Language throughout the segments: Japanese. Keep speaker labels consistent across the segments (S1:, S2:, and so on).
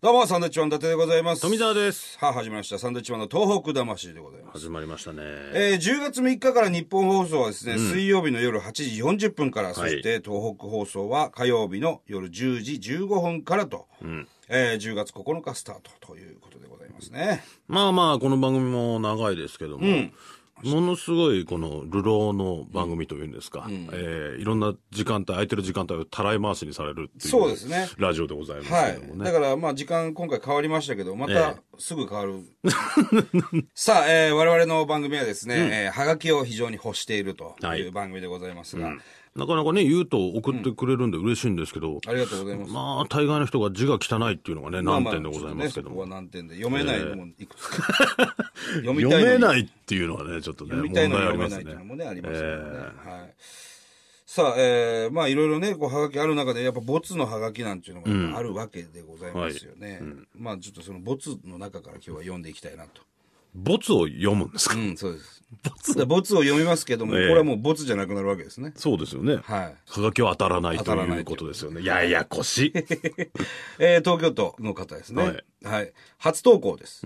S1: どうも、サンドウィッチマン伊達でございます。
S2: 富澤です。
S1: さあ、始まりました。サンドウィッチマンの東北魂でございます。
S2: 始まりましたね。
S1: えー10月3日から日本放送はですね、水曜日の夜8時40分から、そして東北放送は火曜日の夜10時15分からと、えー10月9日スタートということでございますね。
S2: まあまあ、この番組も長いですけども、ものすごいこの流浪の番組というんですか、えーいろんな時間帯、空いてる時間帯をたらい回しにされるっていう、
S1: そうですね
S2: ラジオでございます
S1: は
S2: け
S1: い
S2: ども。ね。
S1: だから、まあ、時間今回変わりましたけど、ま
S2: え
S1: たすぐ変わる。 さあ、えー我々の番組はですね、えーはがきを非常に欲していると
S2: はいいう
S1: 番組でございますが、
S2: なかなかね、言うと送ってくれるんで嬉しいんですけど、
S1: ありがとうございます。
S2: まあ、大概の人が字が汚いっていうのがね、難点でございますけども。
S1: まあまあちょっとねそこは難点で。読めないのもいくつか。 読みたい
S2: 読
S1: の
S2: め
S1: に。
S2: ないっていうのはね、ちょっとね、
S1: 読
S2: 問
S1: みた
S2: 題
S1: いのに
S2: あり
S1: 読め
S2: ま
S1: な
S2: す
S1: いっていうのもね、あり
S2: ね。
S1: ますからね。はい。さあ、えー、まあいろいろね、こう、はがきある中で、やっぱ、ボツのはがきなんていうのがやっぱあるわけでございますよね。まあちょっとそのボツの中から今日は読んでいきたいなと。
S2: ボツを読むんですか、
S1: うん、そうで す。ボツボツを読みますけども、こ
S2: ええ
S1: れはもうボツじゃなくなるわけですね。
S2: そうですよね。
S1: はい。
S2: はがきは当たらないと
S1: 当たらないいう
S2: ことですよね。ややこし い。
S1: えー東京都の方ですね。は
S2: はいい。
S1: 初投稿です。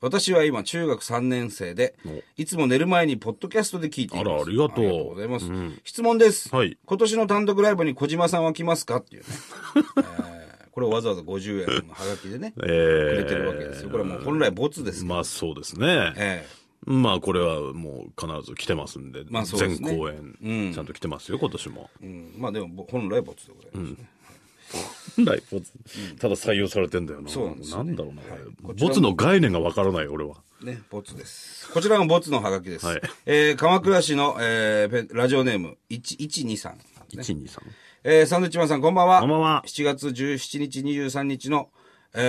S1: 私は今中学3年生で、いつも寝る前にポッドキャストで聞いています。
S2: あらありがとう
S1: ございます。質問です。
S2: はい
S1: 今年の単独ライブに小島さんは来ますかってい うね。えーこれをわざわざ50円のハガキでね、
S2: え
S1: く
S2: ー
S1: れてるわけですよ。これはもう本来ボツです。
S2: まあそうですね。
S1: え
S2: まあこれはもう必ず来てますんで、
S1: まあそうですね
S2: 全公演、ちゃんと来てますよ、今年も。
S1: えうんまあでもぼ本来ボツでございますね。
S2: ライボツただ採用されてんだよな。
S1: そうなんですよね
S2: なんだろうな、これ
S1: こちらも
S2: ボツの概念がわからない、俺は。
S1: ね、ボツです。こちらもボツのハガキです。
S2: はい
S1: えー鎌倉市の、えーペラジオネーム1123。
S2: 1、2、3。
S1: えーサンドウィッチマンさん、こんばんは。
S2: こんばん は
S1: 7月17日、23日の、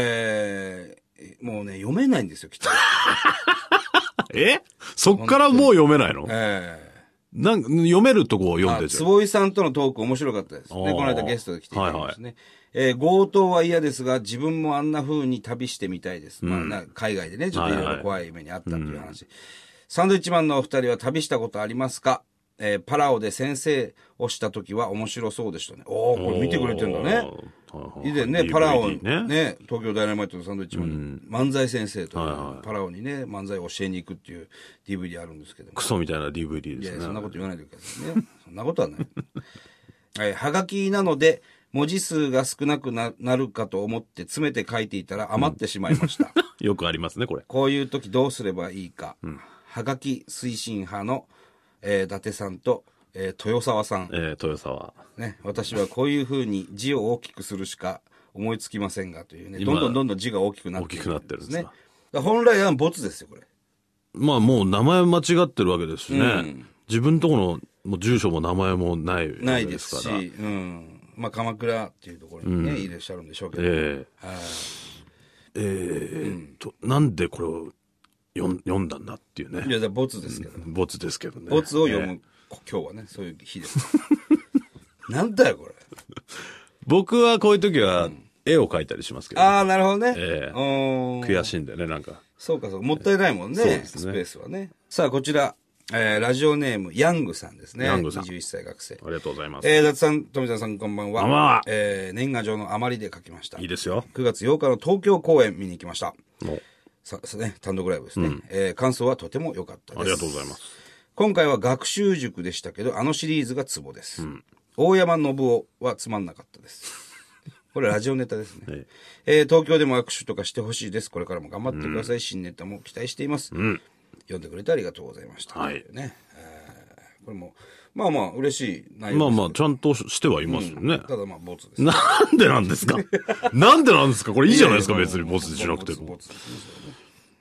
S1: えー、もうね、読めないんですよ、 きっと。
S2: えそっからもう読めないの
S1: え
S2: なん読めるとこを
S1: ー、
S2: 読ん
S1: あ
S2: でちゃう。
S1: 坪井さんとのトーク面白かったですね。
S2: あ
S1: この
S2: ー
S1: 間ゲストで来ていただきましたね。えー強盗は嫌ですが、自分もあんな風に旅してみたいです。まあな、海外でね、ちょっといろいろ怖い目にあったという話。サンドウィッチマンのお二人は旅したことありますかえーパラオで先生をした時は面白そうでしたね。おおこれ見てくれてんだね。
S2: おー。はいはい
S1: 以前ね、パラオ、
S2: DVD ね。
S1: ね、東京ダイナマイトのサンドイッチマンに、漫才先生と
S2: はいは、
S1: パラオにね、漫才を教えに行くっていう DVD あるんですけども。
S2: クソみたいな DVD
S1: い
S2: で
S1: やい
S2: す
S1: や
S2: ね
S1: そん。なこと言わないでくださいね。そんなことはない。 はい、はがきなので、文字数が少なくななるかと思って詰めて書いていたら余ってしまいました。
S2: よくありますね、これ。
S1: こういう時どうすればいいか。はがき推進派の、えー伊達さんと、えー豊沢さん。
S2: えー、豊沢。
S1: ね、私はこういうふうに字を大きくするしか思いつきませんがというね、どん
S2: 今
S1: どんどんどん字が大きくなって
S2: 大きくなってるんですか
S1: ね。だから本来はボツですよ、これ。
S2: まあもう名前間違ってるわけですしね。自分とこのもう住所も名前もないわけ
S1: ないですし、
S2: から。
S1: うん。まあ、鎌倉っていうところにね、いらっしゃるんでしょうけど。
S2: えええーっと、なんでこれを読ん読んだんだっていう
S1: い
S2: ね。
S1: や、だからボツですけど。
S2: ボツですけどね。
S1: ボツを読
S2: ええ
S1: む、今日はね、そういう日です。なんだよ、これ。
S2: 僕はこういう時は絵を描いたりしますけど、
S1: ああ、なるほどね。う
S2: ええ
S1: ん
S2: 悔しいんだよね、なんか。
S1: そうか、そうか。もったいないもんね。
S2: そうですね
S1: スペースはね。さあ、こちら、えーラジオネーム、ヤングさんですね。
S2: ヤングさん
S1: 21歳学生
S2: あ。りがとうございます。
S1: えー、伊達さん、富田さん、こんばんは。
S2: こんばんは
S1: えー年賀状の余りで書きました。
S2: いい
S1: 9
S2: ですよ。
S1: 月8日の東京公演見に行きました。
S2: もう、
S1: さ、さね、単独ライブですね。えー感想はとても良かったです。
S2: ありがとうございます。
S1: 今回は学習塾でしたけど、あのシリーズがツボです。大山信夫はつまんなかった です。これラジオネタですね。
S2: え
S1: えー東京でも握手とかしてほしいです。これからも頑張ってください。新ネタも期待しています。読んでくれてありがとうございました。
S2: はい
S1: ね。えーこれも、まあまあ、嬉しい内容ですけど。
S2: まあまあ、ちゃんとしてはいますよね。
S1: ただまあ、ボツです。
S2: なんでなんですか なんでなんですかこれいいじゃないですか、別にボツしなくて
S1: ボツボ
S2: も。
S1: ツですね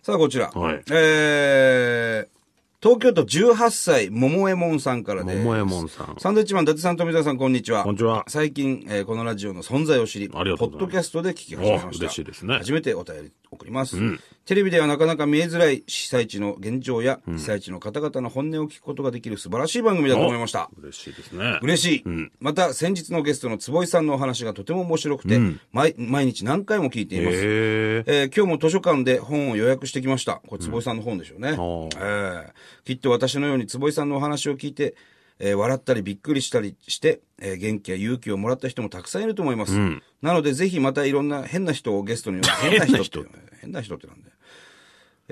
S1: さあ、こちら。
S2: はい
S1: えー、東京都18歳、桃右衛門さんからです。
S2: 桃右衛門さん
S1: サンドウィッチマン、伊達さん、富田さん、こんにちは。
S2: こんにちは
S1: 最近、えーこのラジオの存在を知り、
S2: ありがとうございます
S1: ポッドキャストで聞き始めました。
S2: お嬉しいですね
S1: 初めてお便り送ります。テレビではなかなか見えづらい被災地の現状や、被災地の方々の本音を聞くことができる素晴らしい番組だと思いました。
S2: 嬉しいですね。
S1: 嬉しい、また先日のゲストの坪井さんのお話がとても面白くて、毎毎日何回も聞いています、
S2: え
S1: えー今日も図書館で本を予約してきました。これ、坪井さんの本でしょうね。
S2: んあ
S1: えーきっと私のように坪井さんのお話を聞いて、えー笑ったりびっくりしたりして、えー元気や勇気をもらった人もたくさんいると思います。なので、ぜひまたいろんな変な人をゲストに呼んで、変な人っていうのは、変な人ってなんだよ。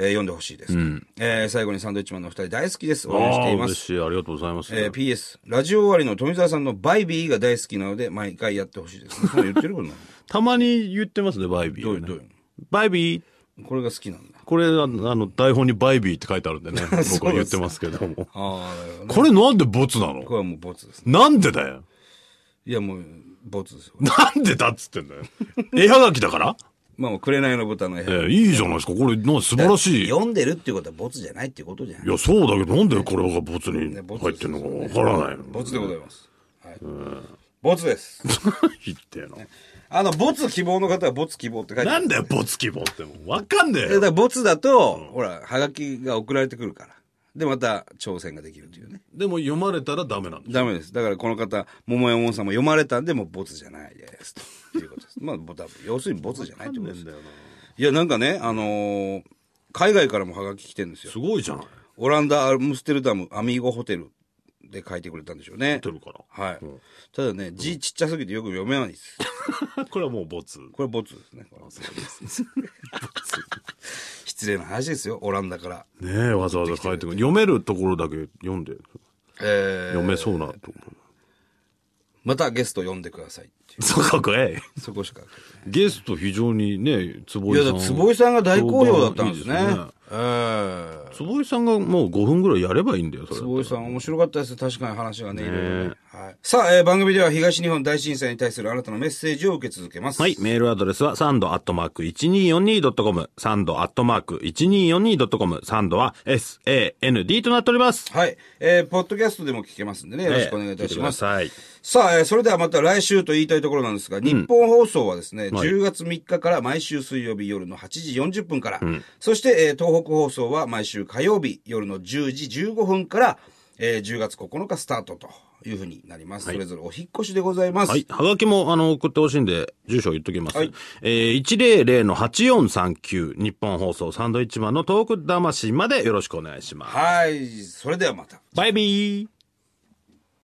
S1: えー読んでほしいです、えー最後にサンドウィッチマンのお二人大好きです。応援していま
S2: 嬉
S1: す。
S2: しい。ありがとうございます。
S1: えー PS、ラジオ終わりの富澤さんのバイビーが大好きなので、毎回やってほしいです。そんな言ってることな
S2: たまに言ってますね、バイビー、ね。
S1: どういうどうい
S2: バイビー。
S1: のこれが好きなんだ。
S2: これ、あの、あの台本にバイビーって書いてあるんで ね。僕は言ってますけども。
S1: ああ、なるほどね
S2: これなんでボツな
S1: これ
S2: の
S1: はもうボツですね。
S2: なんでだよ。
S1: いや、もう、ボツですよ。
S2: なんでだっつって んだよ。絵はがきだから
S1: まあ、もう紅の豚の絵
S2: えーいいじゃないですか。これ、な、素晴らしい。い
S1: 読んでるっていうことはボツじゃないっていうことじゃない
S2: や、そうだけど、なんでこれがボツに
S1: ねボツ
S2: 入ってるのかわからない。
S1: ボツでございます。はい。ボツです。
S2: ひってえな。
S1: あの、ボツ希望の方はボツ希望って書いてあ
S2: な
S1: る。
S2: んだよ、ボツ希望って。もうわかんねえ
S1: だか
S2: よ。
S1: らボツだと、ほら、はがきが送られてくるから。で、また挑戦ができるというね。
S2: でも読まれたらダメなんだ。
S1: ダメです。だからこの方、桃山さんも読まれたんで、もうボツじゃないです。ということです。 まあ、ボタ要するにボツじゃないってことです。いや、なんかね、あのー海外からもはがき来てるんですよ。
S2: すごいじゃない。
S1: オランダ・アムステルダム・アミーゴホテルで書いてくれたんでしょうね。
S2: ホテルから。
S1: はい。ただね、字ちっちゃすぎてよく読めないです。
S2: これはもうボツ。
S1: これボツですね。これ失礼な話ですよ、オランダから。
S2: ねえ、わざわざ書いてくる。読めるところだけ読んで。
S1: えー
S2: 読めそうなと思。
S1: またゲスト呼んでくださいっていう
S2: そうか、これ。
S1: そこしか書いて
S2: ゲスト非常にね、坪井
S1: な
S2: さ
S1: い。
S2: ん。
S1: いや、だ坪井さんが大好評だったんですね。
S2: 評判いい
S1: えー
S2: 坪井さんがもう5分ぐらいやればいいんだよ、それ。
S1: 坪井さん面白かったです確かに話がねいろいろねはい、さあ、えー番組では東日本大震災に対するあなたのメッセージを受け続けます
S2: はい、メールアドレスはサンドアットマーク 1242.com、サンドアットマーク 1242.com、サンドは SAND となっております。
S1: はい。えーポッドキャストでも聞けますんでね、よろしくお願いいたします。
S2: ええ聞いてくだ
S1: さあ、えーそれではまた来週と言いたいところなんですが、日本放送はですね、10月3日から毎週水曜日夜の8時40分から、そして、えー東北放送は毎週火曜日夜の10時15分から、えー10月9日スタートというふうになります。それぞれお引っ越しでございます。
S2: はい。はがきも、あの、送ってほしいんで、住所言っときます。
S1: はい
S2: えー、100-8439、日本放送サンドイッチマンのトーク魂までよろしくお願いします。
S1: はい。それではまた。
S2: バイビー